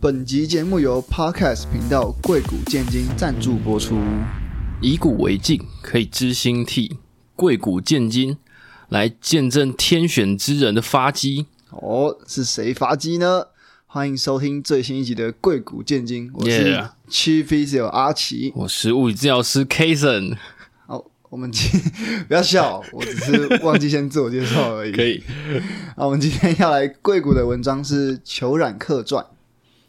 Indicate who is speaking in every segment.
Speaker 1: 本集节目由 Podcast 频道“贵谷建金”赞助播出。
Speaker 2: 以古为镜，可以知兴替，贵古见今，来见证天选之人的发迹。
Speaker 1: 哦，是谁发机呢？欢迎收听最新一集的《贵谷建金》，我是
Speaker 2: Yeah
Speaker 1: Chief Physio 阿奇。
Speaker 2: 我是物理治疗师 Kason，
Speaker 1: 好，我们今 不要笑，我只是忘记先自我介绍而已。
Speaker 2: 可以，
Speaker 1: 那我们今天要来贵谷的文章是《裘冉客传》，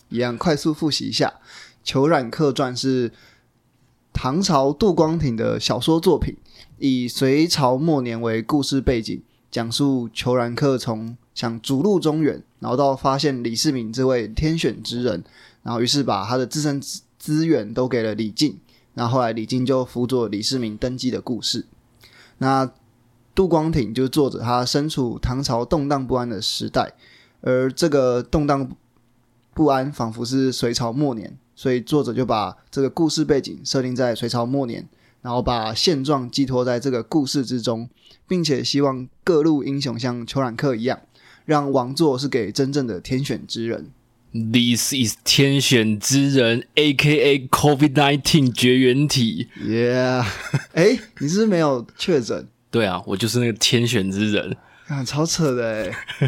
Speaker 1: 一样快速复习一下，《裘冉客传》是唐朝杜光庭的小说作品，以隋朝末年为故事背景，讲述裘冉客从想逐鹿中原，然后到发现李世民这位天选之人，然后于是把他的自身资资源都给了李靖，然后后来李靖就辅佐李世民登基的故事。那杜光庭就是作者，他身处唐朝动荡不安的时代，而这个动荡不安仿佛是隋朝末年，所以作者就把这个故事背景设定在隋朝末年，然后把现状寄托在这个故事之中，并且希望各路英雄像裘冉客一样，让王座是给真正的天选之人。
Speaker 2: This is 天选之人，A.K.A. COVID nineteen 绝缘体。
Speaker 1: Yeah，哎， 你是不是没有确诊？
Speaker 2: 对啊，我就是那个天选之人。
Speaker 1: 啊，超扯 的哎！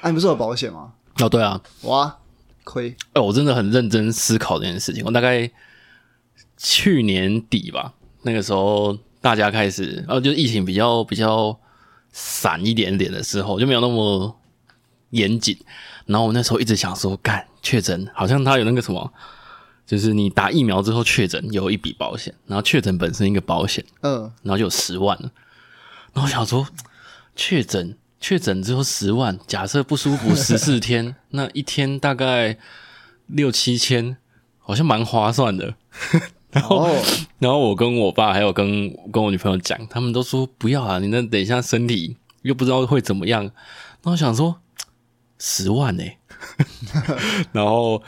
Speaker 1: 啊，你不是有保险吗？
Speaker 2: 哦，对啊，
Speaker 1: 哇，亏
Speaker 2: 哎、我真的很认真思考这件事情。我大概去年底吧，那个时候大家开始，呃，就是疫情比较比较散一点点的时候，就没有那么严谨。然后我那时候一直想说，干确诊，好像他有那个什么，就是你打疫苗之后确诊有一笔保险，然后确诊本身一个保险，
Speaker 1: 嗯。
Speaker 2: 然后就有十万了。然后我想说，确诊确诊之后十万，假设不舒服十四天，那一天大概六七千，好像蛮划算的。
Speaker 1: 哦，
Speaker 2: 然后我跟我爸还有跟跟我女朋友讲，他们都说不要啊，你那等一下身体又不知道会怎么样。那我想说十万呢、欸然后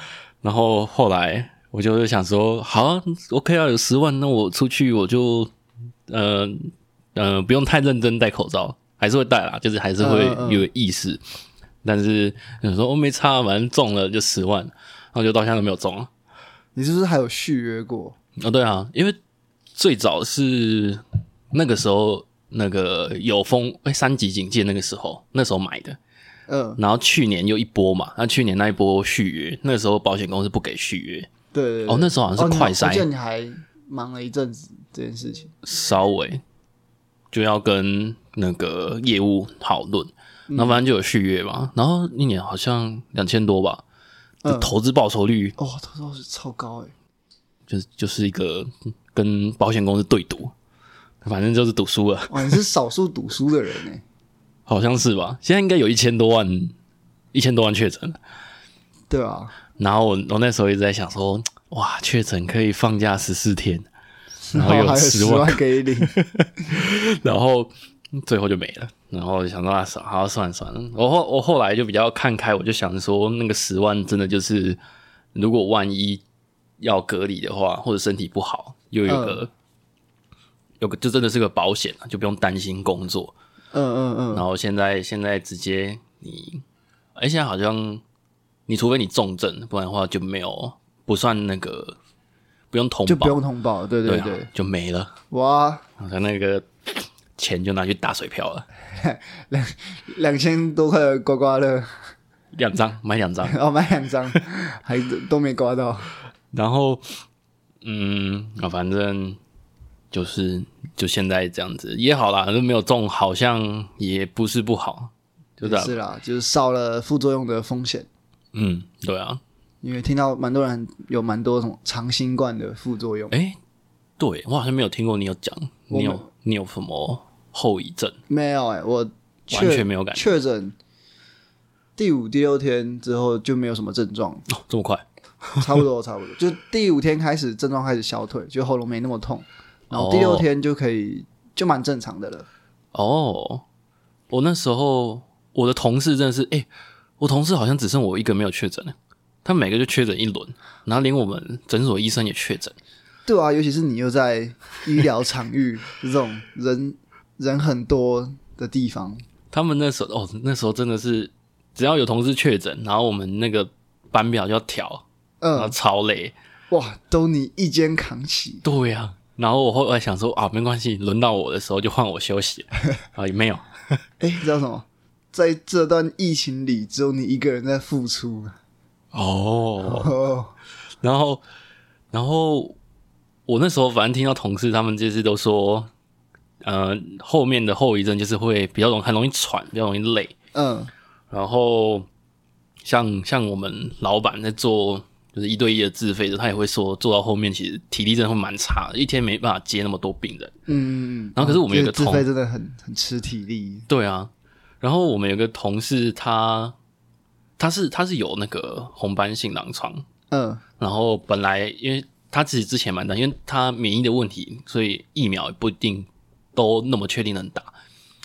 Speaker 2: 然后后来我就想说，好、啊、，OK 啊，有十万，那我出去我就呃呃不用太认真戴口罩，还是会戴啦，就是还是会
Speaker 1: 嗯嗯嗯
Speaker 2: 有意识。但是想说我、哦、没差，反正中了就十万，然后就到现在都没有中啊。
Speaker 1: 你是不是还有续约过？
Speaker 2: 哦，对啊，因为最早是那个时候那个有风哎、三级警戒那个时候，那时候买的，
Speaker 1: 嗯，
Speaker 2: 然后去年又一波嘛，那去年那一波续约，那时候保险公司不给续约，
Speaker 1: 对对对
Speaker 2: 哦，那时候好像
Speaker 1: 哦你
Speaker 2: 是快
Speaker 1: 我记得
Speaker 2: 筛，
Speaker 1: 你还忙了一阵子这件事情。
Speaker 2: 稍微就要跟那个业务讨论，
Speaker 1: 嗯
Speaker 2: 然后反正就有续约嘛，然后一年好像两千多吧，
Speaker 1: 嗯
Speaker 2: 投资报酬率
Speaker 1: 哦，他说是超高哎、
Speaker 2: 就是就是一个跟保险公司对赌，反正就是赌输了。
Speaker 1: 哇，你是少数读书的人哎、
Speaker 2: 好像是吧？现在应该有一千多万，一千多万确诊了。
Speaker 1: 对啊，
Speaker 2: 然后我我那时候一直在想说，哇，确诊可以放假十四天，然后
Speaker 1: 还有
Speaker 2: 有
Speaker 1: 十
Speaker 2: 10万
Speaker 1: 万给你 领，
Speaker 2: 然后最后就没了。然后我就想说啊，算好算了算了。我后我后来就比较看开，我就想说，那个十万真的就是，如果万一要隔离的话，或者身体不好，又有个、
Speaker 1: 嗯
Speaker 2: 有个，就真的是个保险啊，就不用担心工作。
Speaker 1: 嗯嗯
Speaker 2: 然后现在现在直接你，哎、现在好像你除非你重症，不然的话就没有不算那个不用
Speaker 1: 嗯，
Speaker 2: 通
Speaker 1: 就
Speaker 2: 报，
Speaker 1: 不用通报，对
Speaker 2: 对
Speaker 1: 对
Speaker 2: 啊
Speaker 1: 对，
Speaker 2: 就没了，
Speaker 1: 哇，
Speaker 2: 然后那个钱就拿去打水漂了，
Speaker 1: 两千多块的刮刮乐，
Speaker 2: 两张买两张，
Speaker 1: 然后买两张，还都都没刮到，
Speaker 2: 然后嗯，啊反正就是就现在这样子也好啦，都没有中，好像也不是不好，就这
Speaker 1: 也
Speaker 2: 样，
Speaker 1: 是啦，就是少了副作用的风险，
Speaker 2: 嗯，对啊，
Speaker 1: 因为听到蛮多人有蛮多什么长新冠的副作用，
Speaker 2: 哎、对我好像没有听过你有讲，
Speaker 1: 我
Speaker 2: 你
Speaker 1: 没
Speaker 2: 有你有什么后遗症？
Speaker 1: 没有哎、我
Speaker 2: 完
Speaker 1: 确
Speaker 2: 全没有感觉，
Speaker 1: 确诊第五、第六天之后就没有什么症 状，
Speaker 2: 哦、这么快？
Speaker 1: 差不多，差不多。就第五天开始症状开始消退，就喉咙没那么痛，然后第六天就可以、就蛮正常的了。
Speaker 2: 哦，我那时候我的同事真的是，哎、我同事好像只剩我一个没有确诊了，他每个就确诊一轮，然后连我们诊所医生也确诊，
Speaker 1: 对啊，尤其是你又在医疗场域这种人人很多的地方，
Speaker 2: 他们那时候哦，那时候真的是只要有同事确诊，然后我们那个班表就要调，然后
Speaker 1: 嗯，
Speaker 2: 超累。
Speaker 1: 哇，都你一肩扛起，
Speaker 2: 对呀、然后我后来想说啊，没关系，轮到我的时候就换我 休息了啊，也没有，
Speaker 1: 哎，你知道什么？在这段疫情里，只有你一个人在付出。
Speaker 2: 哦，
Speaker 1: 哦，
Speaker 2: 然后，然后我那时候反正听到同事他们就是都说，呃，后面的后遗症就是会比较容很容易喘，比较容易累。
Speaker 1: 嗯
Speaker 2: 然后像像我们老板在做就是一对一的自费的，他也会说做到后面其实体力真的会蛮差的，一天没办法接那么多病人。
Speaker 1: 嗯，
Speaker 2: 然后可是我们有一个
Speaker 1: 这自
Speaker 2: 同
Speaker 1: 费真的很很吃体力。
Speaker 2: 对啊，然后我们有个同事他他是他是有那个红斑性狼疮，
Speaker 1: 嗯
Speaker 2: 然后本来因为他自己之前蛮担心，因为他免疫的问题，所以疫苗也不一定都那么确定能打。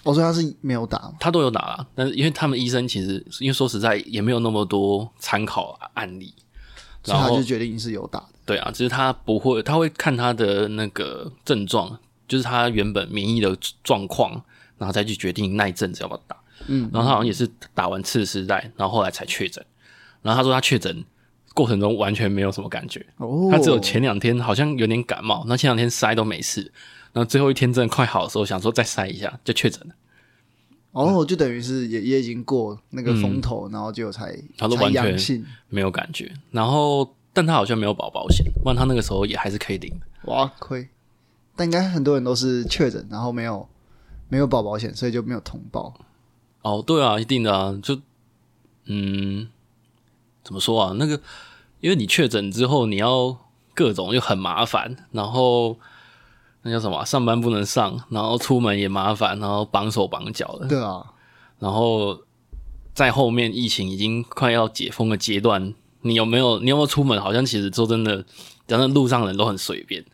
Speaker 1: 我哦说他是没有打嘛，
Speaker 2: 他都有打啦，但是因为他们医生其实因为说实在也没有那么多参考啊案例，
Speaker 1: 所以
Speaker 2: 然
Speaker 1: 他
Speaker 2: 后
Speaker 1: 就决定是有打的。
Speaker 2: 对啊，只是他不会，他会看他的那个症状，就是他原本免疫的状况，然后再去决定那一阵子要不要打。
Speaker 1: 嗯，
Speaker 2: 然后他好像也是打完次世代，然后后来才确诊。然后他说他确诊过程中完全没有什么感觉，
Speaker 1: 哦，
Speaker 2: 他只有前两天好像有点感冒，那前两天塞都没事，然后最后一天真的快好的时候，想说再塞一下就确诊了，
Speaker 1: 哦，就等于是也也已经过那个风头，然后就才
Speaker 2: 嗯他都
Speaker 1: 才
Speaker 2: 完全
Speaker 1: 阳性。
Speaker 2: 没有感觉。然后但他好像没有保保险，不然他那个时候也还是可以领的。
Speaker 1: 哇，亏！但应该很多人都是确诊，然后没有没有保保险，所以就没有通报。
Speaker 2: 哦，对啊，一定的啊，就嗯，怎么说啊？那个，因为你确诊之后，你要各种又很麻烦，然后那叫什么啊、上班不能上，然后出门也麻烦，然后绑手绑脚的，
Speaker 1: 对啊，
Speaker 2: 然后在后面疫情已经快要解封的阶段，你有没有你有没有出门？好像其实说真的，讲真的，路上人都很随便，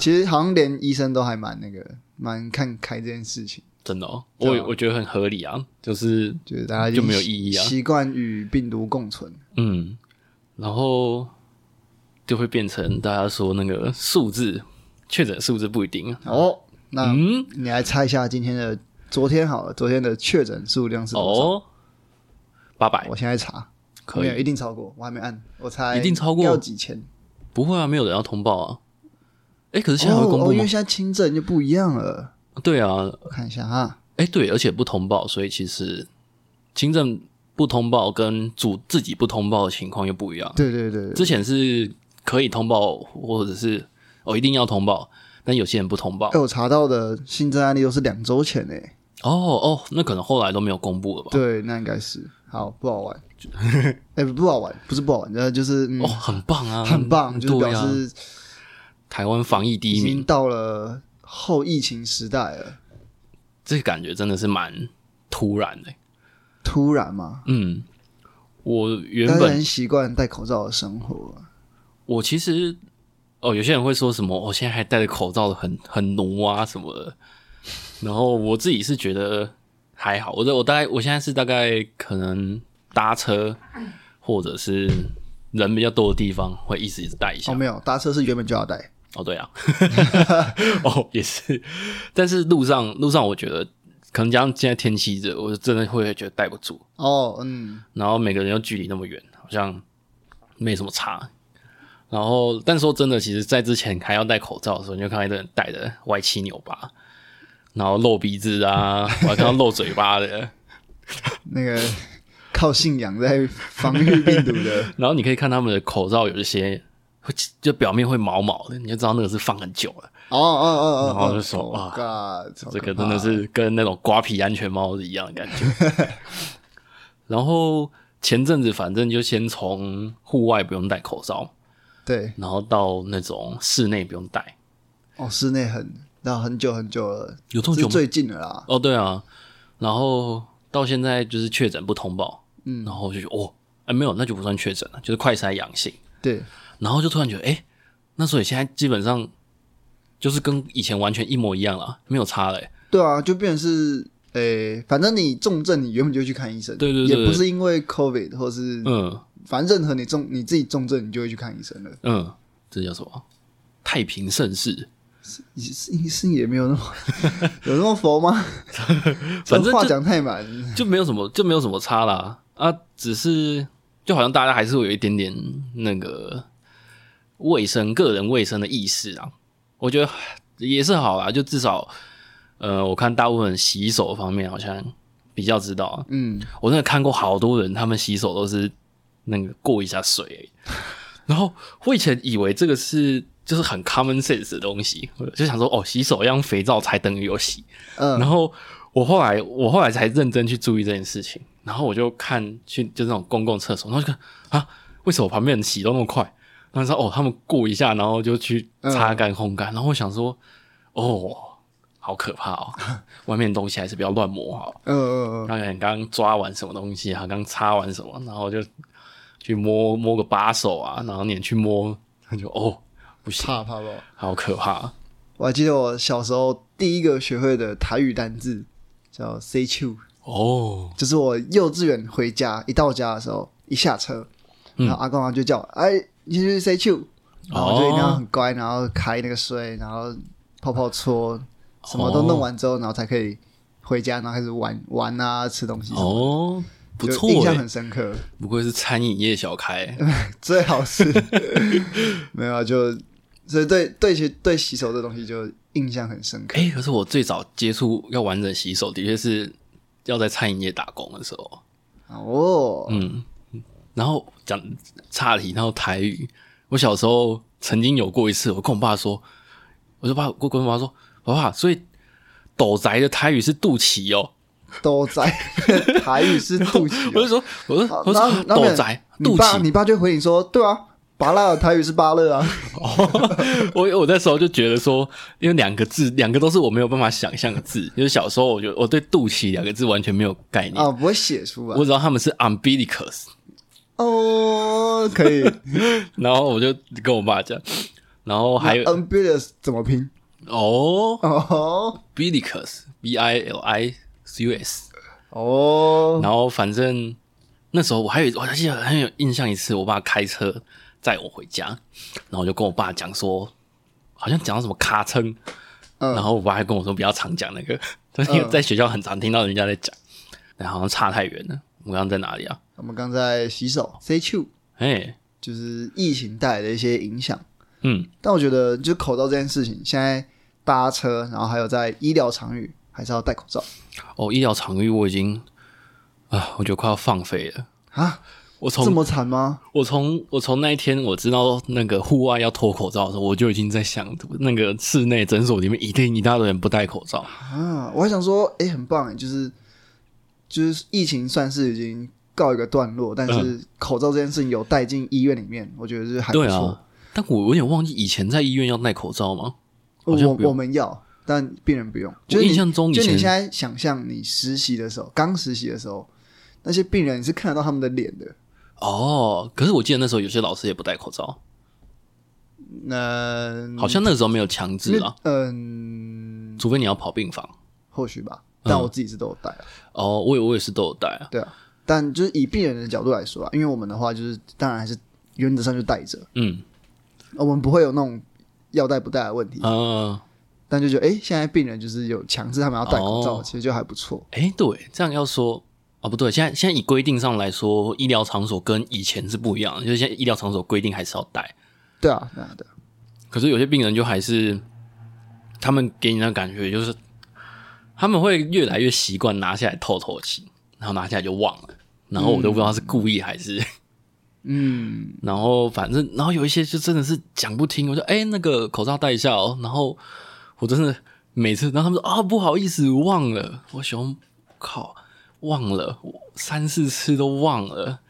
Speaker 1: 其实好像连医生都还蛮那个蛮看开这件事情，
Speaker 2: 真的、哦，
Speaker 1: 对
Speaker 2: 我
Speaker 1: 啊
Speaker 2: 我觉得很合理啊，就是
Speaker 1: 就是大家已
Speaker 2: 就
Speaker 1: 经
Speaker 2: 没有意义啊
Speaker 1: 习惯与病毒共存。
Speaker 2: 嗯，然后就会变成大家说那个数字确诊数字不一定。啊
Speaker 1: 哦，那
Speaker 2: 嗯，
Speaker 1: 你来猜一下今天的昨天好了，昨天的确诊数量是多少？
Speaker 2: 哦，八百
Speaker 1: 我现在查，
Speaker 2: 可
Speaker 1: 没有
Speaker 2: 以，
Speaker 1: 一定超过，我还没按，我猜
Speaker 2: 一定超过
Speaker 1: 要几千？
Speaker 2: 不会啊，没有人要通报啊。哎，可是现在会公
Speaker 1: 哦哦，
Speaker 2: 布
Speaker 1: 因
Speaker 2: 吗
Speaker 1: 为？现在轻症就不一样了。
Speaker 2: 对啊，
Speaker 1: 我看一下哈，
Speaker 2: 哎，对，而且不通报，所以其实轻症不通报跟主自己不通报的情况又不一样。
Speaker 1: 对对对对，
Speaker 2: 之前是可以通报，或者是哦一定要通报，但有些人不通报
Speaker 1: 哎、。我查到的新增案例都是两周前诶、
Speaker 2: 哦哦，那可能后来都没有公布了吧？
Speaker 1: 对，那应该是好不好 玩？哎、不好玩，不是不好玩，然后就是、嗯
Speaker 2: 哦，很棒啊，
Speaker 1: 很棒，就是
Speaker 2: 对
Speaker 1: 表
Speaker 2: 啊，
Speaker 1: 示
Speaker 2: 台湾防疫第
Speaker 1: 已
Speaker 2: 一名，
Speaker 1: 经到了后疫情时代了。
Speaker 2: 这个感觉真的是蛮突然的。
Speaker 1: 突然嘛，
Speaker 2: 嗯，我原
Speaker 1: 大家
Speaker 2: 本
Speaker 1: 很习惯戴口罩的生活了，
Speaker 2: 我其实哦，有些人会说什么，我、现在还戴着口罩的很很奴啊什么的，然后我自己是觉得还好，我在我大概我现在是大概可能搭车或者是人比较多的地方会一直一直戴一下
Speaker 1: 哦，。没有搭车是原本就要戴，
Speaker 2: 哦，对啊， 哦也是，但是路上路上我觉得可能加上现在天气热，我真的会觉得戴不住，
Speaker 1: 哦，嗯，
Speaker 2: 然后每个人又距离那么远，好像没什么差。然后，但说真的，其实在之前还要戴口罩的时候，你就看到一堆人戴的歪七扭八，然后露鼻子 啊，我还看到露嘴巴的。
Speaker 1: 那个 靠信仰在防御病毒的，
Speaker 2: 然后你可以看他们的口罩有一些会就表面会毛毛的，你就知道那个是放很久了。
Speaker 1: 哦哦哦哦，
Speaker 2: 然后就
Speaker 1: 哦
Speaker 2: 说
Speaker 1: ，Oh
Speaker 2: 哇
Speaker 1: God，超
Speaker 2: 这个
Speaker 1: 可
Speaker 2: 真的
Speaker 1: 怕
Speaker 2: 是跟那种瓜皮安全帽是一样的感觉。 然后前阵子反正就先从户外不用戴口罩，
Speaker 1: 对
Speaker 2: 然后到那种室内不用戴，
Speaker 1: 哦，室内很那很久很久了，
Speaker 2: 有这么
Speaker 1: 是
Speaker 2: 久吗？
Speaker 1: 最近的啦，
Speaker 2: 哦，对啊，然后到现在就是确诊不通报，嗯，然后我就觉得哦，哎没有，那就不算确诊了，就是快筛阳性，
Speaker 1: 对，
Speaker 2: 然后就突然觉得，哎，那所以现在基本上就是跟以前完全一模一样了，没有差了、诶哎
Speaker 1: 对啊，就变成是，诶、反正你重症，你原本就去看医生，
Speaker 2: 对对对
Speaker 1: 也不是因为 COVID 或是、
Speaker 2: 嗯
Speaker 1: 反正任何你重你自己重症，你就会去看医生了。
Speaker 2: 嗯，这叫什么？太平盛世。
Speaker 1: 是是也没有那么有那么佛吗？
Speaker 2: 反正
Speaker 1: 这
Speaker 2: 就
Speaker 1: 话讲太满，
Speaker 2: 就没有什么就没有什么差啦啊，只是就好像大家还是会有一点点那个卫生、个人卫生的意识啊。我觉得也是好啦，就至少呃，我看大部分洗手方面好像比较知道啊。
Speaker 1: 嗯，
Speaker 2: 我真的看过好多人，他们洗手都是那个过一下水而已、然后我以前以为这个是就是很 common sense 的东西，我就想说哦，洗手要用肥皂才等于有洗。
Speaker 1: 呃，
Speaker 2: 然后我后来我后来才认真去注意这件事情，然后我就看去就那种公共厕所，然后就看啊，为什么旁边人洗都那么快？然后说哦，他们过一下，然后就去擦干烘干。然后我想说，哦，好可怕哦！ 外面的东西还是不要乱摸好。
Speaker 1: 呃呃，呃
Speaker 2: 他可能刚抓完什么东西啊，刚擦完什么，然后就去摸摸个把手啊，然后你也去摸，他就哦，不行，
Speaker 1: 怕怕不？
Speaker 2: 好可怕。
Speaker 1: 我还记得我小时候第一个学会的台语单字叫 “say chu”，
Speaker 2: 哦，
Speaker 1: 就是我幼稚园回家一到家的时候，一下车，
Speaker 2: 嗯
Speaker 1: 然后阿公阿妈就叫我：“哎、你先去 say chu。”然
Speaker 2: 哦
Speaker 1: 后我就一哎定要很乖，然后开那个水，然后泡泡搓，什么都弄完之后，然后才可以回家，然后开始玩玩啊，吃东西。
Speaker 2: 哦，不
Speaker 1: 就
Speaker 2: 错
Speaker 1: 印象
Speaker 2: 欸，
Speaker 1: 很深刻。
Speaker 2: 不愧是餐饮业小开 欸。
Speaker 1: 最好是 没有啊，就所以对对其对洗手这东西就印象很深刻。
Speaker 2: 哎、可是我最早接触要完整洗手，的确是要在餐饮业打工的时候。
Speaker 1: 哦，
Speaker 2: 嗯，然后讲岔题，然后台语，我小时候曾经有过一次，我跟我爸说，我就爸我跟我妈说，爸爸，所以斗宅的台语是肚脐哦，
Speaker 1: 都 在台语是肚脐
Speaker 2: 我
Speaker 1: 哦、
Speaker 2: 就说，我
Speaker 1: 好
Speaker 2: 说我
Speaker 1: 然后
Speaker 2: 说
Speaker 1: 然后
Speaker 2: 斗宅
Speaker 1: 你
Speaker 2: 肚
Speaker 1: 爸
Speaker 2: 脐，
Speaker 1: 你爸就回你说，对啊，拔蜡的台语是芭乐啊。
Speaker 2: 我我那时候就觉得说，因为两个字，两个都是我没有办法想象的字，就是小时候我就我对肚脐两个字完全没有概念，
Speaker 1: 啊，不会写出来
Speaker 2: 我。只知道他们是 umbilicus，
Speaker 1: 哦，可以。
Speaker 2: 然后我就跟我爸讲，然后
Speaker 1: 嗯
Speaker 2: 还有
Speaker 1: umbilical 怎么拼？
Speaker 2: 哦
Speaker 1: 哦
Speaker 2: b i l i c u s b i l i c u s，
Speaker 1: 哦，
Speaker 2: 然后反正那时候我还有我还记得很有印象一次，我爸开车载我回家，然后我就跟我爸讲说，好像讲到什么咔称，
Speaker 1: 嗯
Speaker 2: 然后我爸还跟我说不要常讲那个， 但是因为在学校很常听到人家在讲，但好像差太远了。我们刚刚在哪里啊？
Speaker 1: 我们刚才洗手 say two，
Speaker 2: 哎，
Speaker 1: 就是疫情带来的一些影响。
Speaker 2: 嗯，
Speaker 1: 但我觉得，就口罩这件事情，现在搭车，然后还有在医疗场域，还是要戴口罩
Speaker 2: 哦，医疗场域我已经啊，我觉得快要放飞了。
Speaker 1: 啊？
Speaker 2: 我从
Speaker 1: 这么惨吗？
Speaker 2: 我从我从那一天我知道那个户外要脱口罩的时候，我就已经在想，那个室内诊所里面一定一大堆人不戴口罩。
Speaker 1: 啊，我还想说，诶，很棒诶，就是就是疫情算是已经告一个段落，但是口罩这件事情有带进医院里面，我觉得是还不
Speaker 2: 嗯对
Speaker 1: 错。
Speaker 2: 啊，但我有点忘记以前在医院要戴口罩吗？好像
Speaker 1: 我
Speaker 2: 不用
Speaker 1: 我们要，但病人不用。就是
Speaker 2: 我
Speaker 1: 你
Speaker 2: 印象中以
Speaker 1: 就你
Speaker 2: 前
Speaker 1: 现在想象你实习的时候，刚实习的时候，那些病人你是看得到他们的脸的。
Speaker 2: 哦，可是我记得那时候有些老师也不戴口罩，
Speaker 1: 那
Speaker 2: 好像那时候没有强制啊，
Speaker 1: 嗯，
Speaker 2: 除非你要跑病房。
Speaker 1: 或许吧，
Speaker 2: 嗯
Speaker 1: 但我自己是都有戴啊。
Speaker 2: 哦，我也我也是都有戴啊，
Speaker 1: 对啊，但就是以病人的角度来说啊，因为我们的话就是当然还是原则上就戴着，
Speaker 2: 嗯
Speaker 1: 我们不会有那种要戴不戴的问题。
Speaker 2: 呃，
Speaker 1: 但就觉得哎、诶现在病人就是有强制他们要戴口罩，
Speaker 2: 哦
Speaker 1: 其实就还不错。
Speaker 2: 哎、对，这样要说哦，不对，现在现在以规定上来说，医疗场所跟以前是不一样的，就是现在医疗场所规定还是要戴。
Speaker 1: 对啊，对啊，对啊，
Speaker 2: 可是有些病人就还是，他们给你的感觉就是，他们会越来越习惯拿下来透透气，然后拿下来就忘了，然后我都不知道他是故意还是，
Speaker 1: 嗯，
Speaker 2: 然后反正，然后有一些就真的是讲不听，我说哎、那个口罩戴一下哦，然后我真的每次，然后他们说啊、不好意思忘了，我想靠忘了，我三四次都忘了，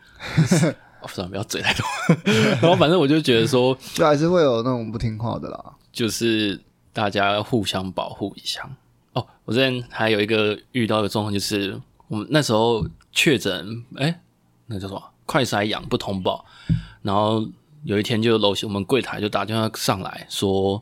Speaker 2: 哦、算了不要嘴太多， 然后反正我就觉得说。
Speaker 1: 就还是会有那种不听话的啦。
Speaker 2: 就是大家互相保护一下。哦，我之前还有一个遇到的状况，就是我们那时候确诊，哎、那叫什么？快筛阳不通报，然后有一天就楼我们柜台就打电话上来说，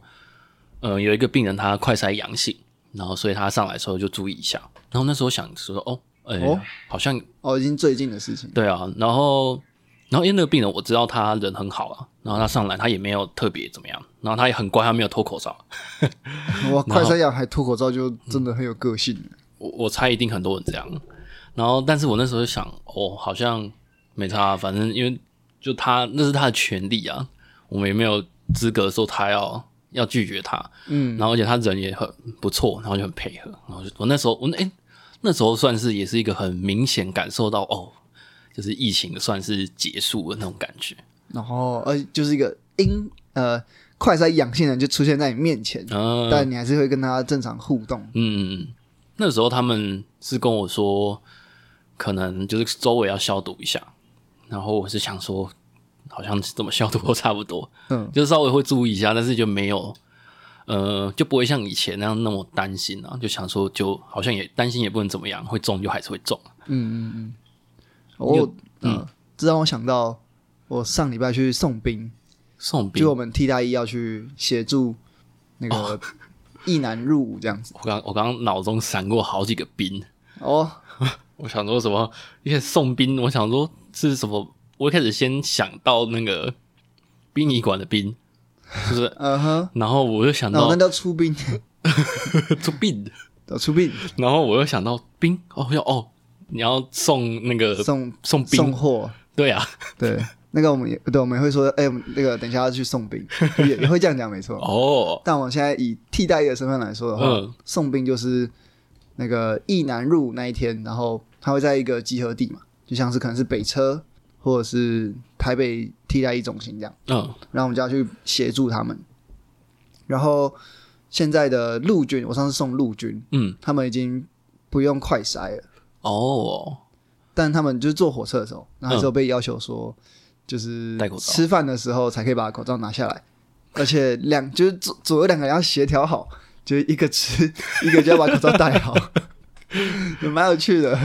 Speaker 2: 呃，有一个病人他快筛阳性，然后所以他上来的时候就注意一下。然后那时候想说，哦，哎、
Speaker 1: 哦
Speaker 2: 好像
Speaker 1: 哦，已经最近的事 情，
Speaker 2: 对啊，然后然后因为那个病人我知道他人很好啊，然后他上来他也没有特别怎么样，然后他也很乖，他没有脱口罩。
Speaker 1: 哇，快三阳还脱口罩，就真的很有个性。
Speaker 2: 我我猜一定很多人这样。然后，但是我那时候就想，哦，好像没差啊、反正因为就他那是他的权利啊，我们也没有资格说他要要拒绝他。
Speaker 1: 嗯，
Speaker 2: 然后而且他人也很不错，然后就很配合，然后就我那时候我那诶、那时候算是也是一个很明显感受到哦，就是疫情算是结束了那种感觉。
Speaker 1: 然后呃，就是一个阴呃快筛阳性人就出现在你面前，
Speaker 2: 嗯、
Speaker 1: 但你还是会跟他正常互动。
Speaker 2: 嗯，那时候他们是跟我说，可能就是周围要消毒一下，然后我是想说，好像怎么消毒都差不多，
Speaker 1: 嗯，
Speaker 2: 就是稍微会注意一下，但是就没有，呃，就不会像以前那样那么担心啊，就想说就好像也担心也不能怎么样，会中就还是会中，啊
Speaker 1: 我嗯、呃，这让我想到我上礼拜去送兵，
Speaker 2: 送兵
Speaker 1: 就。我们替代役要去协助那个役男入伍这样子。
Speaker 2: 我刚我刚刚脑中闪过好几个兵，
Speaker 1: 哦，
Speaker 2: 我想说什么？因为送兵，我想说是什么？我一开始先想到那个殡仪馆的殡，就是
Speaker 1: 嗯哼，
Speaker 2: 然后我又想
Speaker 1: 然后
Speaker 2: 到
Speaker 1: 那 叫出兵，
Speaker 2: 出殡，
Speaker 1: 叫呃出兵
Speaker 2: 然后我又想到冰哦要哦，你要送那个
Speaker 1: 送
Speaker 2: 送
Speaker 1: 送
Speaker 2: 呃冰，
Speaker 1: 货，
Speaker 2: 对啊，
Speaker 1: 对。那个我们也对，我们也会说，哎、我们那个等一下要去送兵， 也也会这样讲，没错。
Speaker 2: 哦，
Speaker 1: 但我现在以替代役的身份来说的话，
Speaker 2: 嗯
Speaker 1: 送兵就是那个役男入伍那一天，然后他会在一个集合地嘛，就像是可能是北车或者是台北替代役中心这样，
Speaker 2: 嗯
Speaker 1: 然后我们就要去协助他们。然后现在的陆军，我上次送陆军，
Speaker 2: 嗯，
Speaker 1: 他们已经不用快筛了，
Speaker 2: 哦，
Speaker 1: 但他们就是坐火车的时候，然后还是有被要求说，就是
Speaker 2: 嗯戴口罩
Speaker 1: 吃饭的时候才可以把口罩拿下来，而且两就是左左右两个人要协调好，就是一个吃， 一个就要把口罩戴好， 蛮有趣的。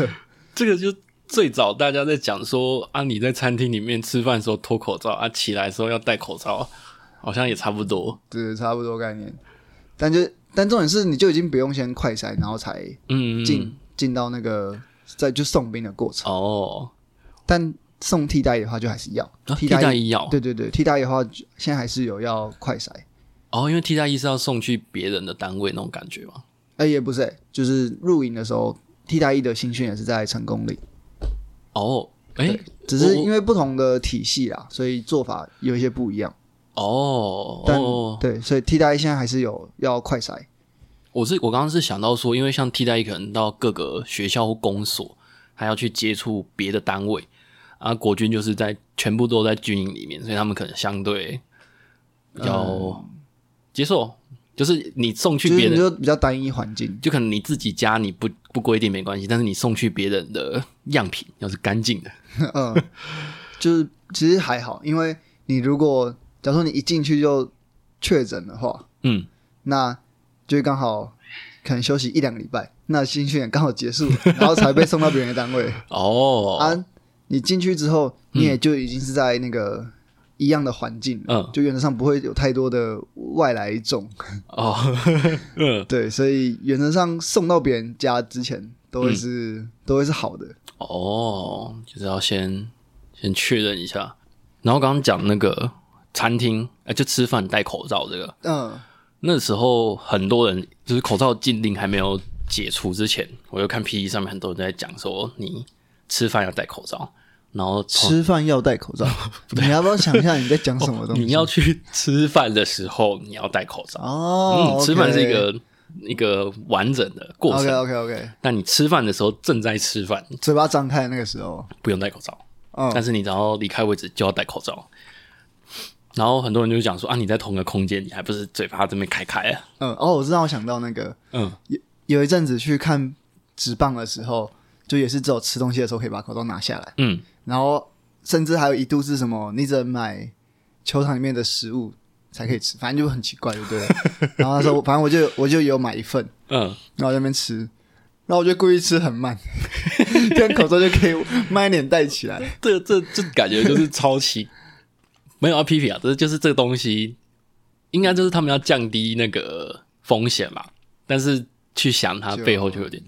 Speaker 2: 这个就最早大家在讲说啊，你在餐厅里面吃饭的时候脱口罩啊，起来的时候要戴口罩，好像也差不多，
Speaker 1: 对，差不多概念。但就但重点是，你就已经不用先快筛，然后才
Speaker 2: 嗯，嗯
Speaker 1: 进进、到那个再就送兵的过程。
Speaker 2: 哦，
Speaker 1: 但送替代役的话，就还是要、
Speaker 2: 啊替
Speaker 1: 代
Speaker 2: 代
Speaker 1: 役。
Speaker 2: 医药
Speaker 1: 对对对，替代役的话，现在还是有要快筛。
Speaker 2: 哦，因为替代医是要送去别人的单位那种感觉嘛，
Speaker 1: 哎、也不是、欸，就是入营的时候，替代役的新训也是在成功里，
Speaker 2: 哦，哎
Speaker 1: 对，只是
Speaker 2: 我
Speaker 1: 因为不同的体系啦，所以做法有一些不一样。
Speaker 2: 哦，
Speaker 1: 但、
Speaker 2: 哦
Speaker 1: 对，所以替代役现在还是有要快筛，
Speaker 2: 我是我刚刚是想到说，因为像替代役可能到各个学校或公所，还要去接触别的单位啊，国军就是在全部都在军营里面，所以他们可能相对比较接受，就是你送去
Speaker 1: 嗯就
Speaker 2: 别
Speaker 1: 是你
Speaker 2: 人，
Speaker 1: 就比较单一环境。
Speaker 2: 就可能你自己家你不不规定没关系，但是你送去别人的样品要是干净的，
Speaker 1: 嗯，就是其实还好，因为你如果假如说你一进去就确诊的话，
Speaker 2: 嗯，
Speaker 1: 那就刚好可能休息一两个礼拜，那新训也刚好结束了，然后才被送到别人的单位。
Speaker 2: 哦，
Speaker 1: 啊，你进去之后，你也就已经是在那个一样的环境了，
Speaker 2: 嗯
Speaker 1: 就原则上不会有太多的外来种，
Speaker 2: 哦，嗯，
Speaker 1: 对，所以原则上送到别人家之前都会是、
Speaker 2: 嗯
Speaker 1: 都会是好的，
Speaker 2: 哦，就是要先先确认一下。然后刚刚讲那个餐厅，哎、就吃饭戴口罩这个，
Speaker 1: 嗯，
Speaker 2: 那时候很多人就是口罩禁令还没有解除之前，我就看 P E 上面很多人在讲说，你吃饭要戴口罩，然后
Speaker 1: 吃饭要戴口罩， 你要不要想一下你在讲什么东西？
Speaker 2: 哦 你要去吃饭的时候你要戴口罩。
Speaker 1: 哦，
Speaker 2: 嗯，吃饭是一个一个完整的过程。
Speaker 1: OK OK OK，
Speaker 2: 但你吃饭的时候正在吃饭，
Speaker 1: 嘴巴张开的那个时候，
Speaker 2: 不用戴口罩。
Speaker 1: 嗯，
Speaker 2: 但是你只要离开位置就要戴口罩。然后很多人就讲说啊，你在同个空间，你还不是嘴巴这边开开啊？
Speaker 1: 嗯，哦，我知道，我想到那个
Speaker 2: 嗯，
Speaker 1: 有一阵子去看直棒的时候，就也是只有吃东西的时候可以把口罩拿下来。
Speaker 2: 嗯，
Speaker 1: 然后甚至还有一度是什么，你只能买球场里面的食物才可以吃，反正就很奇怪，对不对了？ 然后那时候，反正我就我就有买一份，
Speaker 2: 嗯，
Speaker 1: 然后在那边吃，然后我就故意吃很慢， 这样口罩就可以慢一点戴起来。
Speaker 2: 这这这感觉就是超期，没有要批评啊，只是就是这个东西，应该就是他们要降低那个风险嘛。但是去想它背后就有点，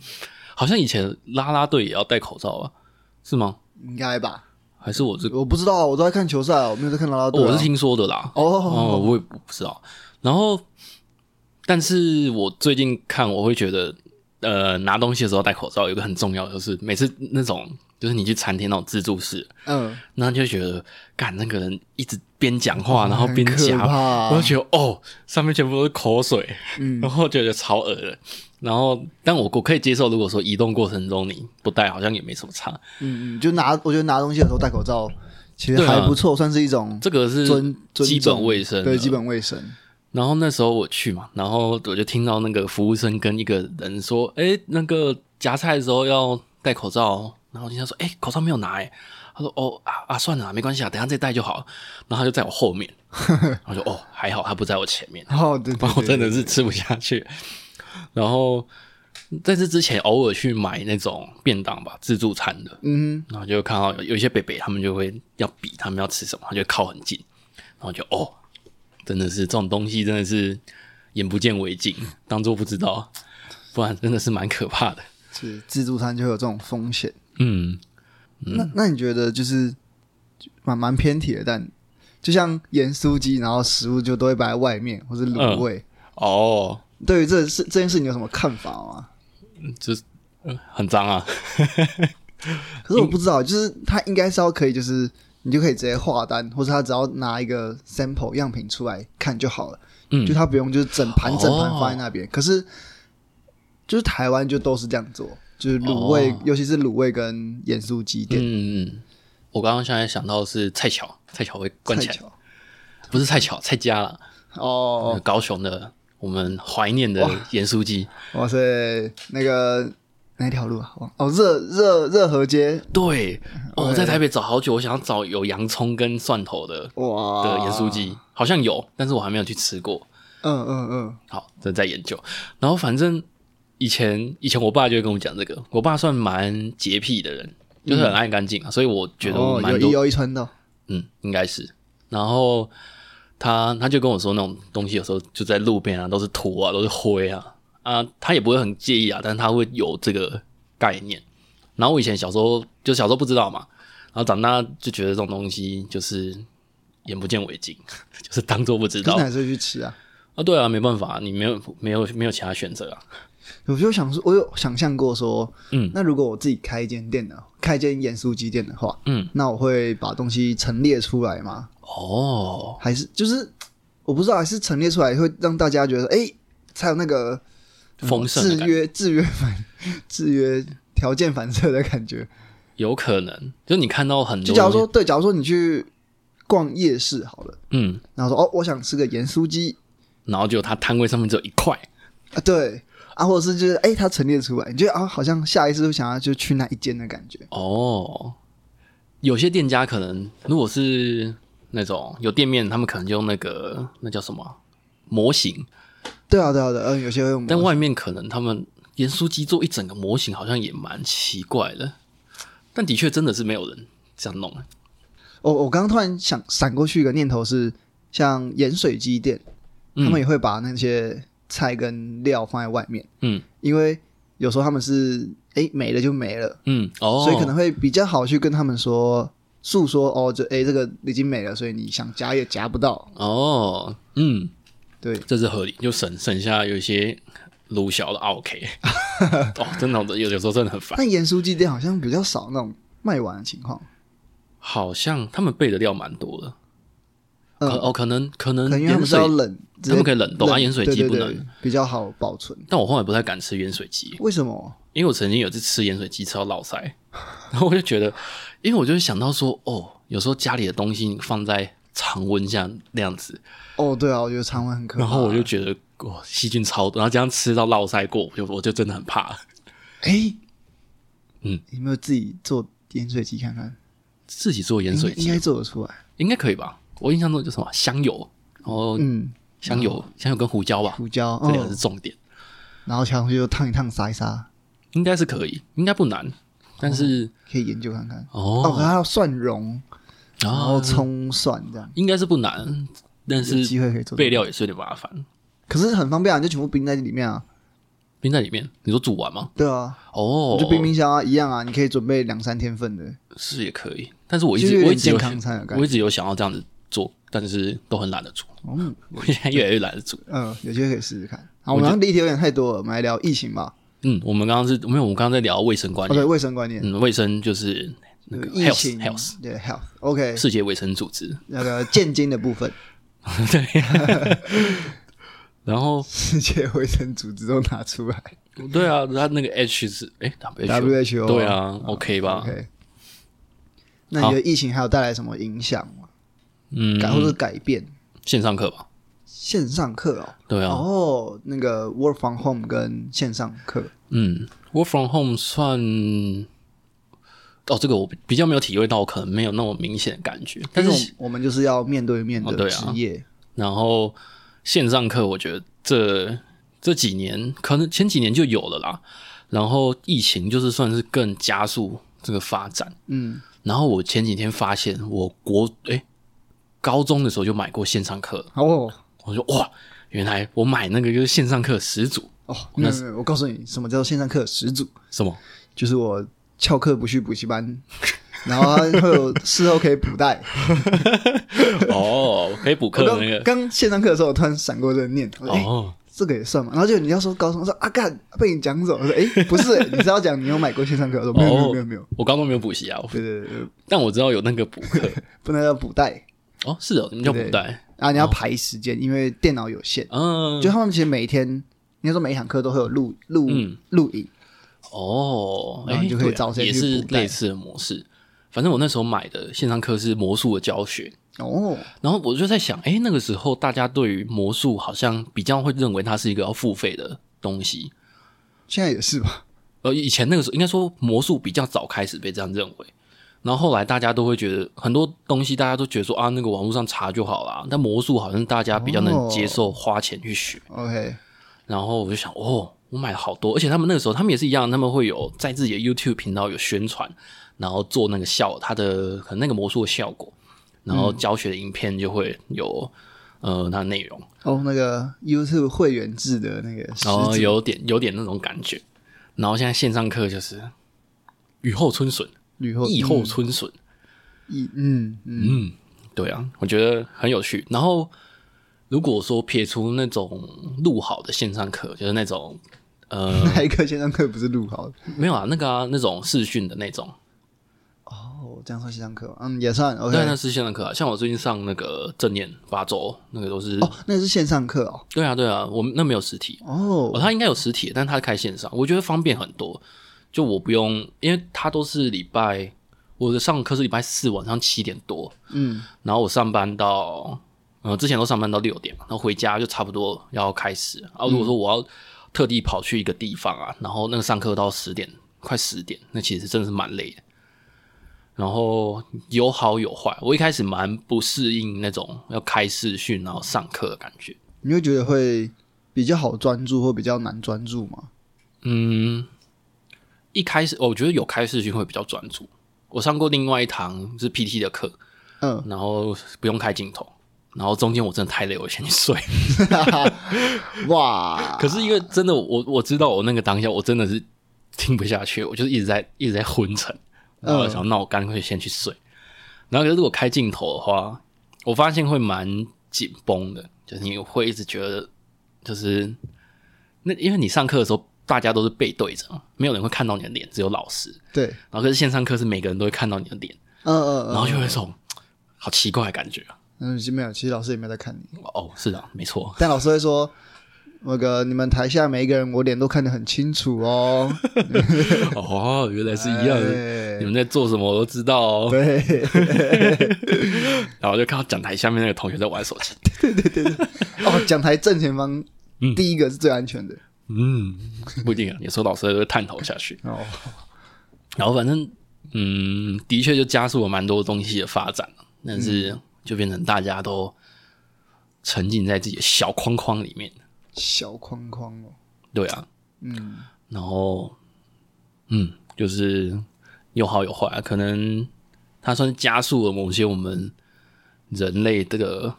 Speaker 2: 好像以前拉拉队也要戴口罩啊，是吗？
Speaker 1: 应该吧？
Speaker 2: 还是我是、
Speaker 1: 我不知道，我都在看球赛啊，我没有在看啦啦队啊、
Speaker 2: 我是听说的啦。
Speaker 1: 哦，
Speaker 2: 哦，我也不知道。然后，但是我最近看，我会觉得，呃，拿东西的时候戴口罩有一个很重要的，就是每次那种就是你去餐厅那种自助式，
Speaker 1: 嗯，
Speaker 2: 那就觉得干那个人一直边讲话，然后边
Speaker 1: 很可
Speaker 2: 夹，
Speaker 1: 怕
Speaker 2: 我就觉得哦，上面全部都是口水，
Speaker 1: 嗯
Speaker 2: 然后觉得超恶的。然后，但我我可以接受，如果说移动过程中你不戴，好像也没什么差。
Speaker 1: 嗯嗯，就拿我觉得拿东西的时候戴口罩其实
Speaker 2: 对啊
Speaker 1: 还不错，算是一种
Speaker 2: 这个是
Speaker 1: 尊尊
Speaker 2: 基
Speaker 1: 重
Speaker 2: 本卫生，
Speaker 1: 对基。本卫生。
Speaker 2: 然后那时候我去嘛，然后我就听到那个服务生跟一个人说：“哎，那个夹菜的时候要戴口罩哦。”然后我就想说：“哎，口罩没有拿。”哎，他说：“哦啊啊，算了啊，没关系啊，等一下再戴就好了。”然后他就在我后面，我就哦，还好他不在我前面。
Speaker 1: 哦，对，对
Speaker 2: 不然我真的
Speaker 1: 对
Speaker 2: 是吃不下去。然后在这之前，偶尔去买那种便当吧，自助餐的，
Speaker 1: 嗯
Speaker 2: 然后就看到有有一些北北他们就会要比他们要吃什么，他就靠很近，然后就哦，真的是这种东西真的是眼不见为净，当做不知道，不然真的是蛮可怕的。
Speaker 1: 是自助餐就会有这种风险。
Speaker 2: 嗯，
Speaker 1: 那那你觉得就是蛮蛮偏题的，但就像盐酥鸡，然后食物就都会摆在外面或者卤
Speaker 2: 嗯
Speaker 1: 味。
Speaker 2: 哦，
Speaker 1: 对于这事这件事，你有什么看法吗？
Speaker 2: 就是、呃很脏啊，
Speaker 1: 可是我不知道，就是他应该是要可以，就是你就可以直接画单，或者他只要拿一个 sample 样品出来看就好了，
Speaker 2: 嗯
Speaker 1: 就，他不用就是整盘
Speaker 2: 哦
Speaker 1: 整盘放在那边。可是就是台湾就都是这样做，就是卤味，
Speaker 2: 哦
Speaker 1: 尤其是卤味跟盐酥鸡店，
Speaker 2: 嗯，嗯我刚刚现在想到的是菜桥，菜桥会关
Speaker 1: 太
Speaker 2: 起来，
Speaker 1: 巧
Speaker 2: 不是菜桥，菜家啦。
Speaker 1: 哦，
Speaker 2: 高雄的我们怀念的盐酥鸡，
Speaker 1: 哇塞，那个哪一条路啊？忘哦，热热热河街，
Speaker 2: 对，哦，我
Speaker 1: 对
Speaker 2: 在台北找好久，我想要找有洋葱跟蒜头的
Speaker 1: 哇
Speaker 2: 的盐酥，鸡，好像有，但是我还没有去吃过，
Speaker 1: 嗯嗯嗯，
Speaker 2: 好，正在研究。然后反正以前以前我爸就会跟我讲这个，我爸算蛮洁癖的人，就是很爱干净啊，所以我觉得我
Speaker 1: 嗯哦有
Speaker 2: 蛮
Speaker 1: 一
Speaker 2: 多，
Speaker 1: 有一穿到，
Speaker 2: 嗯，应该是。然后他他就跟我说，那种东西有时候就在路边啊，都是土啊，都是灰啊，啊，他也不会很介意啊，但是他会有这个概念。然后我以前小时候就小时候不知道嘛，然后长大就觉得这种东西就是眼不见为净， 就是当做不知
Speaker 1: 可是
Speaker 2: 道
Speaker 1: 你还是会去吃啊。
Speaker 2: 啊。对啊，没办法，你没有没有没有其他选择啊。
Speaker 1: 我就想说，我有想象过说，
Speaker 2: 嗯
Speaker 1: 那如果我自己开一间店的，开一间盐酥鸡店的话，
Speaker 2: 嗯，
Speaker 1: 那我会把东西陈列出来吗？
Speaker 2: 哦，
Speaker 1: 还是就是我不知道，还是陈列出来会让大家觉得，哎、才有那个
Speaker 2: 丰盛的
Speaker 1: 哦制
Speaker 2: 感觉
Speaker 1: 约、制约反、制约条件反射的感觉。
Speaker 2: 有可能，就你看到很多
Speaker 1: 就假如
Speaker 2: 东
Speaker 1: 说，
Speaker 2: 西，
Speaker 1: 对，假如说你去逛夜市好了，
Speaker 2: 嗯，
Speaker 1: 然后说，哦，我想吃个盐酥鸡
Speaker 2: 然后就他摊位上面只有一块，
Speaker 1: 啊，对。啊，或者是就是哎、它陈列出来，你觉得啊，好像下意识会想要就去那一间的感觉。
Speaker 2: 哦，有些店家可能如果是那种有店面，他们可能就用那个那叫什么啊模型，
Speaker 1: 对啊，对啊，对啊，嗯，有些会用
Speaker 2: 但外面可能他们盐酥鸡做一整个模型，好像也蛮奇怪的。但的确真的是没有人这样弄啊，
Speaker 1: 我我刚刚突然想闪过去一个念头是，像盐水鸡店，他们
Speaker 2: 嗯
Speaker 1: 也会把那些菜跟料放在外面，
Speaker 2: 嗯
Speaker 1: 因为有时候他们是哎没了就没了，
Speaker 2: 嗯哦，
Speaker 1: 所以可能会比较好去跟他们说诉说哦，就哎这个已经没了，所以你想夹也夹不到。
Speaker 2: 哦嗯，
Speaker 1: 对，
Speaker 2: 这是合理，就省省下有一些鲁小 的 OK，哦，真的有有时候真的很烦，
Speaker 1: 但盐酥鸡店好像比较少那种卖完的情况，
Speaker 2: 好像他们备的料蛮多的，
Speaker 1: 嗯
Speaker 2: 可哦可能可
Speaker 1: 可
Speaker 2: 能
Speaker 1: 能因为他
Speaker 2: 盐
Speaker 1: 们是
Speaker 2: 水
Speaker 1: 要冷，直接
Speaker 2: 他们可以冷冻啊盐水鸡
Speaker 1: 对对
Speaker 2: 不
Speaker 1: 对
Speaker 2: 能
Speaker 1: 比较好保存。
Speaker 2: 但我后来不太敢吃盐水鸡，
Speaker 1: 为什么？
Speaker 2: 因为我曾经有一次吃盐水鸡吃到落腮，然后我就觉得，因为我就想到说，哦，有时候家里的东西放在常温下那样子，
Speaker 1: 哦，对啊，我觉得肠胃很可怕。
Speaker 2: 然后我就觉得哇，细菌超多，然后这样吃到落腮过，我就我就真的很怕。
Speaker 1: 哎、
Speaker 2: 嗯，
Speaker 1: 有没有自己做盐水鸡看看？
Speaker 2: 自己做盐水
Speaker 1: 应应
Speaker 2: 鸡啊
Speaker 1: 该做得出来。
Speaker 2: 应该可以吧？我印象中就什么香油，然后
Speaker 1: 嗯，
Speaker 2: 香油、香油跟胡椒吧，
Speaker 1: 胡椒，
Speaker 2: 这两个是
Speaker 1: 嗯，
Speaker 2: 重点，
Speaker 1: 然后调上去就烫一烫，撒一撒，
Speaker 2: 应该是可以，应该不难。但是
Speaker 1: 可以研究看看。哦，
Speaker 2: 哦，啊
Speaker 1: 还要蒜蓉，
Speaker 2: 然
Speaker 1: 然后
Speaker 2: 后
Speaker 1: 葱蒜这样，
Speaker 2: 应该是不难，但
Speaker 1: 有
Speaker 2: 是
Speaker 1: 机会可以做。
Speaker 2: 备料也是有点麻烦。
Speaker 1: 可是很方便啊，你就全部冰在里面啊。
Speaker 2: 冰在里面，你说煮完吗？
Speaker 1: 对啊，
Speaker 2: 哦，
Speaker 1: 就冰冰箱啊，一样啊，你可以准备两三天份的，
Speaker 2: 是也可以，但是我一
Speaker 1: 就是
Speaker 2: 直
Speaker 1: 有
Speaker 2: 我一
Speaker 1: 点
Speaker 2: 直
Speaker 1: 健
Speaker 2: 有
Speaker 1: 康餐的感
Speaker 2: 我
Speaker 1: 觉。
Speaker 2: 一直有想要这样子做，但是都很懒得做，
Speaker 1: 嗯
Speaker 2: 我现在越来越懒得做。
Speaker 1: 嗯，有机会可以试试看。好，
Speaker 2: 我
Speaker 1: 我
Speaker 2: 觉
Speaker 1: 们好
Speaker 2: 得
Speaker 1: 像离题有点太多了，我们来聊疫情吧。
Speaker 2: 嗯，我们刚刚是没有，我们刚刚在聊卫生观
Speaker 1: 哦，对，
Speaker 2: 念，
Speaker 1: 卫生观念，
Speaker 2: 嗯，卫生就是那个
Speaker 1: 疫
Speaker 2: health
Speaker 1: 情
Speaker 2: health
Speaker 1: 对 health。OK，
Speaker 2: 世界卫生组织，
Speaker 1: 那个建金的部分，
Speaker 2: 然后
Speaker 1: 世界卫生组织都拿出来。
Speaker 2: 对啊，他那个 H 是哎
Speaker 1: WHO
Speaker 2: 对啊，OK 吧？
Speaker 1: 哦 OK，那你觉得疫情还有带来什么影响吗？
Speaker 2: 嗯，
Speaker 1: 改或者改变？
Speaker 2: 线上课吧，
Speaker 1: 线上课哦，
Speaker 2: 对啊，
Speaker 1: 哦，那个 work from home 跟线上课，
Speaker 2: 嗯，work from home 算哦，这个我比较没有体会到，可能没有那么明显的感觉。但是我
Speaker 1: 我我们就是要面对面
Speaker 2: 哦
Speaker 1: 的
Speaker 2: 对
Speaker 1: 职
Speaker 2: 啊
Speaker 1: 业，
Speaker 2: 然后线上课，我觉得这这几年可能前几年就有了啦，然后疫情就是算是更加速这个发展。
Speaker 1: 嗯，
Speaker 2: 然后我前几天发现，我国诶高中的时候就买过线上课了，
Speaker 1: 哦
Speaker 2: 我说哇，原来我买那个就是线上课始祖，
Speaker 1: 哦，没有没有，我告诉你，什么叫做线上课的始祖，
Speaker 2: 什么？
Speaker 1: 就是我翘课不去补习班， 然后它会有事后可以补带。
Speaker 2: 哦，可以 补课
Speaker 1: 我
Speaker 2: 的
Speaker 1: 刚
Speaker 2: 那个
Speaker 1: 刚线上课的时候，我突然闪过这个念头，哎、
Speaker 2: 哦，
Speaker 1: 这个也算嘛？然后就你要说高中，我说啊干被你讲走，我说哎、 诶不是、诶你是要讲你有买过线上课？我说没有
Speaker 2: 哦
Speaker 1: 没有没有没有，
Speaker 2: 我高中没有补习啊，我
Speaker 1: 对对对对，
Speaker 2: 但我知道有那个补课。
Speaker 1: 不能要补带
Speaker 2: 哦，是哦，你们叫补
Speaker 1: 对
Speaker 2: 带，
Speaker 1: 啊，你要排时间，因为电脑有限。
Speaker 2: 嗯，
Speaker 1: 就他们其实每一天，应该说每一堂课都会有录录
Speaker 2: 嗯
Speaker 1: 录影，
Speaker 2: 哦，
Speaker 1: 然后
Speaker 2: 哎
Speaker 1: 你就可以
Speaker 2: 对啊
Speaker 1: 找谁去
Speaker 2: 也是
Speaker 1: 补带
Speaker 2: 类似的模式。反正我那时候买的线上课是魔术的教学，
Speaker 1: 哦，
Speaker 2: 然后我就在想，哎，那个时候大家对于魔术好像比较会认为它是一个要付费的东西。
Speaker 1: 现在也是吧？
Speaker 2: 呃，以前那个时候应该说魔术比较早开始被这样认为，然后后来大家都会觉得很多东西大家都觉得说啊，那个网络上查就好啦。但魔术好像大家比较能
Speaker 1: 哦
Speaker 2: 接受花钱去学。
Speaker 1: OK，
Speaker 2: 然后我就想，哦，我买了好多，而且他们那个时候他们也是一样，他们会有在自己的 YouTube 频道有宣传，然后做那个效他的可能那个魔术的效果，然后教学的影片就会有。呃，那内容，
Speaker 1: 哦，那个 YouTube 会员制的那个
Speaker 2: 然后
Speaker 1: 十
Speaker 2: 哦有点有点那种感觉，然后现在线上课就是雨后春笋，
Speaker 1: 旅后
Speaker 2: 疫后春笋。
Speaker 1: 疫，嗯嗯，
Speaker 2: 嗯，对啊，我觉得很有趣。然后，如果说撇除那种录好的线上课，就是那种呃，
Speaker 1: 那一个线上课不是录好的
Speaker 2: 没有啊，那个啊，那种视讯的那种，
Speaker 1: 哦，这样算线上课吗？嗯，也算
Speaker 2: 对，
Speaker 1: OK。
Speaker 2: 那是线上课啊。像我最近上那个正念八周，那个都是，
Speaker 1: 哦，那是线上课哦，
Speaker 2: 对啊，对啊，我们那没有实体，
Speaker 1: 哦
Speaker 2: 哦，它应该有实体，但它开线上，我觉得方便很多。就我不用，因为它都是礼拜，我的上课是礼拜四晚上七点多，
Speaker 1: 嗯，
Speaker 2: 然后我上班到，呃，之前都上班到六点嘛，然后回家就差不多要开始啊。如果说我要特地跑去一个地方啊，然后那个上课到十点，快十点，那其实真的是蛮累的。然后有好有坏，我一开始蛮不适应那种要开视讯然后上课的感觉。
Speaker 1: 你会觉得会比较好专注，或比较难专注吗？
Speaker 2: 嗯，一开始哦我觉得有开视讯会比较专注。我上过另外一堂是 PT 的课，
Speaker 1: 嗯，
Speaker 2: 然后不用开镜头，然后中间我真的太累，我先去睡。
Speaker 1: 哇，
Speaker 2: 可是因为真的，我我知道我那个当下，我真的是听不下去，我就是一直在一直在昏沉，然后我想，那我干脆先去睡。然后可是如果开镜头的话，我发现会蛮紧绷的，就是你会一直觉得，就是那因为你上课的时候大家都是背对着嘛，没有人会看到你的脸，只有老师。
Speaker 1: 对，
Speaker 2: 然后可是线上课是每个人都会看到你的脸，
Speaker 1: 嗯嗯嗯
Speaker 2: 然后就会有一种好奇怪的感觉啊。
Speaker 1: 嗯，其实没有，其实老师也没有在看你，
Speaker 2: 哦，是的，没 错。
Speaker 1: 但老师会说。那个，你们台下每一个人，我脸都看得很清楚 哦。
Speaker 2: 哦，原来是一样的。
Speaker 1: 哎
Speaker 2: 你们在做什么，我都知道哦。
Speaker 1: 对，
Speaker 2: 然后就看到讲台下面那个同学在玩手机。
Speaker 1: 哦，讲台正前方第一个是最安全的。
Speaker 2: 嗯，不一定啊，有时候老师会探头下去。
Speaker 1: 哦，
Speaker 2: 然后反正，嗯，的确就加速了蛮多东西的发展，啊但
Speaker 1: 嗯
Speaker 2: 是就变成大家都沉浸在自己的小框框里面。
Speaker 1: 小框框哦，
Speaker 2: 对啊，
Speaker 1: 嗯，
Speaker 2: 然后，嗯，就是有好有坏啊、可能它算是加速了某些我们人类这个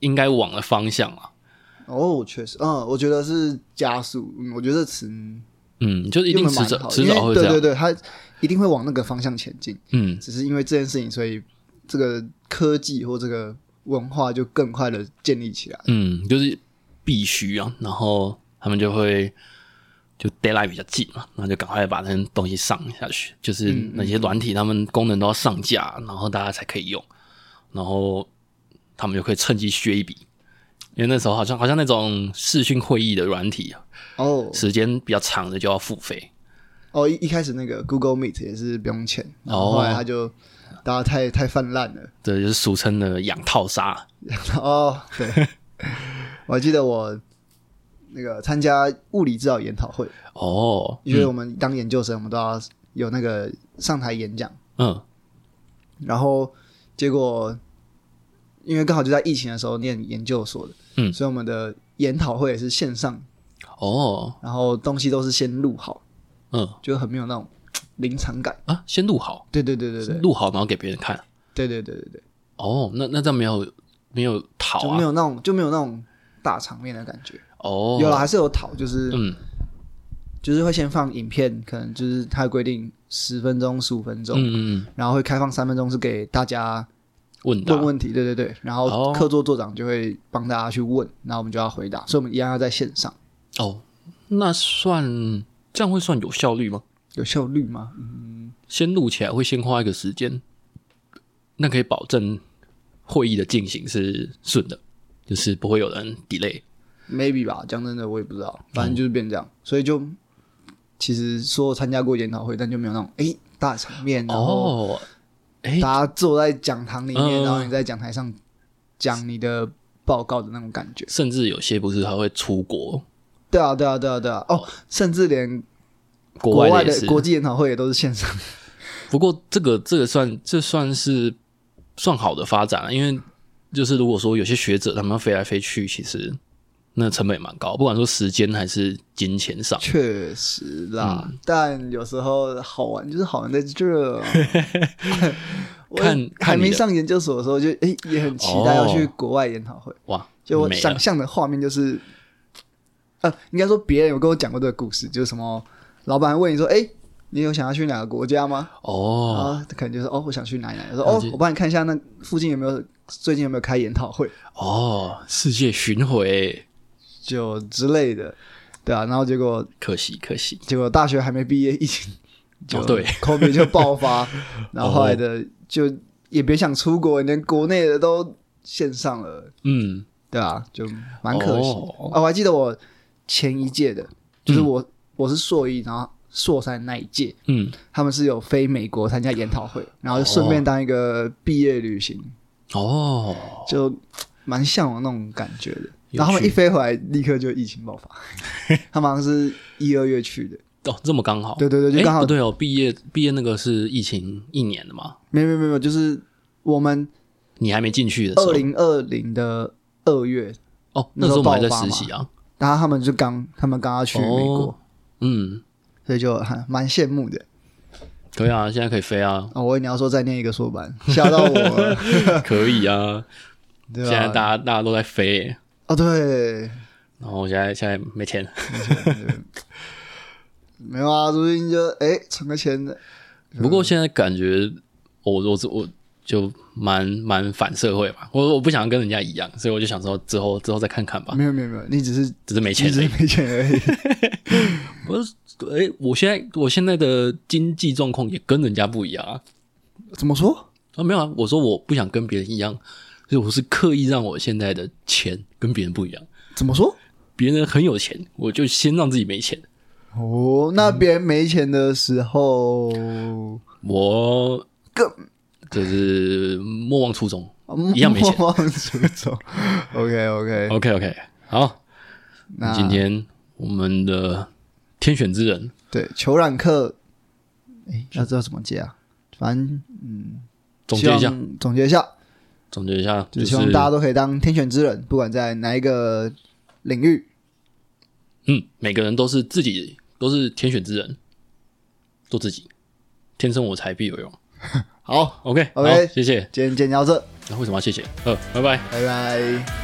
Speaker 2: 应该往的方向啊。
Speaker 1: 哦，确实，嗯，我觉得是加速，嗯，我觉得这词
Speaker 2: 嗯，就是一定
Speaker 1: 用得
Speaker 2: 迟
Speaker 1: 蛮
Speaker 2: 早
Speaker 1: 好的
Speaker 2: 迟
Speaker 1: 因为
Speaker 2: 早会这
Speaker 1: 对
Speaker 2: 样。
Speaker 1: 对对，它一定会往那个方向前进。
Speaker 2: 嗯，
Speaker 1: 只是因为这件事情，所以这个科技或这个文化就更快的建立起来。
Speaker 2: 嗯，就是必须啊，然后他们就会就 d a y l i g h t 比较近嘛，然后就赶快把那些东西上下去，就是那些软体他们功能都要上架，然后大家才可以用，然后他们就可以趁机削一笔，因为那时候好像好像那种视讯会议的软体啊，
Speaker 1: 哦
Speaker 2: 时间比较长的就要付费，
Speaker 1: 哦，一一开始那个 Google Meet 也是不用钱，然后
Speaker 2: 哦
Speaker 1: 后来他就大家太太泛滥了。
Speaker 2: 这就是俗称的养套杀。
Speaker 1: 哦， 对，我还记得我那个参加物理治疗研讨会，
Speaker 2: 哦，
Speaker 1: 因为我们当研究生，我们都要有那个上台演讲，
Speaker 2: 嗯，
Speaker 1: 然后结果因为刚好就在疫情的时候念研究所的，
Speaker 2: 嗯
Speaker 1: 所以我们的研讨会也是线上，
Speaker 2: 哦，
Speaker 1: 然后东西都是先录好，
Speaker 2: 嗯
Speaker 1: 就很没有那种临场感。
Speaker 2: 啊，先录好，
Speaker 1: 对对对对对
Speaker 2: 录好然后给别人看。
Speaker 1: 对对对对对，
Speaker 2: 哦，那那这样没有没有讨
Speaker 1: 就
Speaker 2: 嗯啊
Speaker 1: 没？有那种就没有那种大场面的感觉。
Speaker 2: 哦，
Speaker 1: 有了还是有讨，就是
Speaker 2: 嗯
Speaker 1: 就是会先放影片，可能就是它规定十分钟、十五分
Speaker 2: 嗯
Speaker 1: 钟，
Speaker 2: 嗯，嗯
Speaker 1: 然后会开放三分钟是给大家
Speaker 2: 问答
Speaker 1: 问问题，对对对，然后
Speaker 2: 哦
Speaker 1: 课座座长就会帮大家去问，然后我们就要回答，所以我们一样要在线上，
Speaker 2: 哦，那算这样会算有效率吗？
Speaker 1: 有效率吗？
Speaker 2: 先录起来会先花一个时间，那可以保证会议的进行是顺的，就是不会有人 delay。
Speaker 1: maybe 吧，讲真的，我也不知道，反正就是变这样，
Speaker 2: 嗯
Speaker 1: 所以就其实说参加过研讨会，但就没有那种诶大场面，然后
Speaker 2: 哦，哎，
Speaker 1: 大家坐在讲堂里面，
Speaker 2: 嗯
Speaker 1: 然后你在讲台上讲你的报告的那种感觉。
Speaker 2: 甚至有些不是还会出国，
Speaker 1: 对啊，对啊，对啊，对啊，哦，甚至连
Speaker 2: 国
Speaker 1: 外
Speaker 2: 的也是。
Speaker 1: 国际研讨会也都是线上，
Speaker 2: 不过这个这个算这算是算好的发展了，啊因为就是如果说有些学者他们要飞来飞去，其实那成本也蛮高，不管说时间还是金钱上。
Speaker 1: 确实啦。
Speaker 2: 嗯
Speaker 1: 但有时候好玩就是好玩在这 啊、我
Speaker 2: 看看
Speaker 1: 还
Speaker 2: 你
Speaker 1: 没
Speaker 2: 的
Speaker 1: 上研究所的时候就，诶也很期待要去
Speaker 2: 哦啊
Speaker 1: 国外研讨会。
Speaker 2: 哇，
Speaker 1: 就我
Speaker 2: 美了
Speaker 1: 想象的画面就是，呃，应该说别人有跟我讲过这个故事，就是什么老板问你说，诶，你有想要去哪个国家吗？然
Speaker 2: 哦
Speaker 1: 后可能就说哦，我想去哪里哪里。我说
Speaker 2: 了
Speaker 1: 哦
Speaker 2: 解，
Speaker 1: 我帮你看一下那附近有没有最近有没有开研讨会。
Speaker 2: 哦，世界巡回，
Speaker 1: 就之类的，对啊，然后结果
Speaker 2: 可惜可惜，
Speaker 1: 结果大学还没毕业，疫情就、
Speaker 2: 哦对哦
Speaker 1: ，COVID 就爆 发，然后后来的就也别想出国，连国内的都线上了，
Speaker 2: 嗯，
Speaker 1: 对啊，就蛮可惜的。
Speaker 2: 哦
Speaker 1: 啊，我还记得我前一届的，就是我、我是硕一，然后硕三那一届，
Speaker 2: 嗯，
Speaker 1: 他们是有飞美国参加研讨会，然后就顺便当一个毕业旅行，
Speaker 2: 哦，
Speaker 1: 就蛮向往那种感觉的。
Speaker 2: 有趣
Speaker 1: 然后他们一飞回来，立刻就疫情爆 发。他们好像是一二月去的，
Speaker 2: 哦，这么刚好，
Speaker 1: 对对对，就
Speaker 2: 诶
Speaker 1: 刚好
Speaker 2: 不对哦，毕业毕业那个是疫情一年的嘛，
Speaker 1: 没有没有没有，就是我们
Speaker 2: 你还没进去的时
Speaker 1: 二
Speaker 2: 候，
Speaker 1: 零二零的二月，
Speaker 2: 哦，
Speaker 1: 那
Speaker 2: 那
Speaker 1: 时候
Speaker 2: 时候我们还在
Speaker 1: 爆发
Speaker 2: 实
Speaker 1: 嘛
Speaker 2: 习啊，
Speaker 1: 然后他们就刚他们刚要去美国，
Speaker 2: 哦嗯，
Speaker 1: 所以就还蛮羡慕的。
Speaker 2: 对啊，现在可以飞啊，
Speaker 1: 哦，我以为你要说再念一个硕 班，吓到我了，
Speaker 2: 可以啊，
Speaker 1: 对
Speaker 2: 现在
Speaker 1: 吧？
Speaker 2: 大家大家都在飞耶，
Speaker 1: 哦，对，
Speaker 2: 然后我现在现在没钱，
Speaker 1: 没有啊，最近就哎存个钱的，啊
Speaker 2: 不过现在感觉我我我就蛮蛮反社会吧，我我不想跟人家一样，所以我就想说之后之后再看看吧，
Speaker 1: 没有没有没有，你只是
Speaker 2: 只是没
Speaker 1: 你
Speaker 2: 钱
Speaker 1: 只
Speaker 2: 而已
Speaker 1: 是。没钱而已。
Speaker 2: 我是哎、我现在我现在的经济状况也跟人家不一样啊。
Speaker 1: 怎么说？
Speaker 2: 啊，没有啊，我说我不想跟别人一样，所以我是刻意让我现在的钱跟别人不一样。
Speaker 1: 怎么说？
Speaker 2: 别人很有钱，我就先让自己没钱。
Speaker 1: 哦，那别人没钱的时候，
Speaker 2: 我
Speaker 1: 更
Speaker 2: 就是莫忘初衷。
Speaker 1: 嗯
Speaker 2: 一样没钱
Speaker 1: 莫 忘初衷。OK OK，
Speaker 2: OK OK，好，
Speaker 1: 那
Speaker 2: 今天我们的天选之人
Speaker 1: 对球染课，哎，要知道怎么接啊？反正嗯，
Speaker 2: 总结一
Speaker 1: 希
Speaker 2: 下，
Speaker 1: 望，总结一下，
Speaker 2: 总结一下，
Speaker 1: 就
Speaker 2: 就是
Speaker 1: 希
Speaker 2: 是
Speaker 1: 望大家都可以当天选之人，不管在哪一个领域。
Speaker 2: 嗯，每个人都是自己都是天选之人，做自己，天生我材必有 用。
Speaker 1: 好，
Speaker 2: OK，
Speaker 1: OK
Speaker 2: 好，谢谢。
Speaker 1: 今天今天到这，
Speaker 2: 那为什么要谢谢？呃，拜拜。
Speaker 1: 拜拜。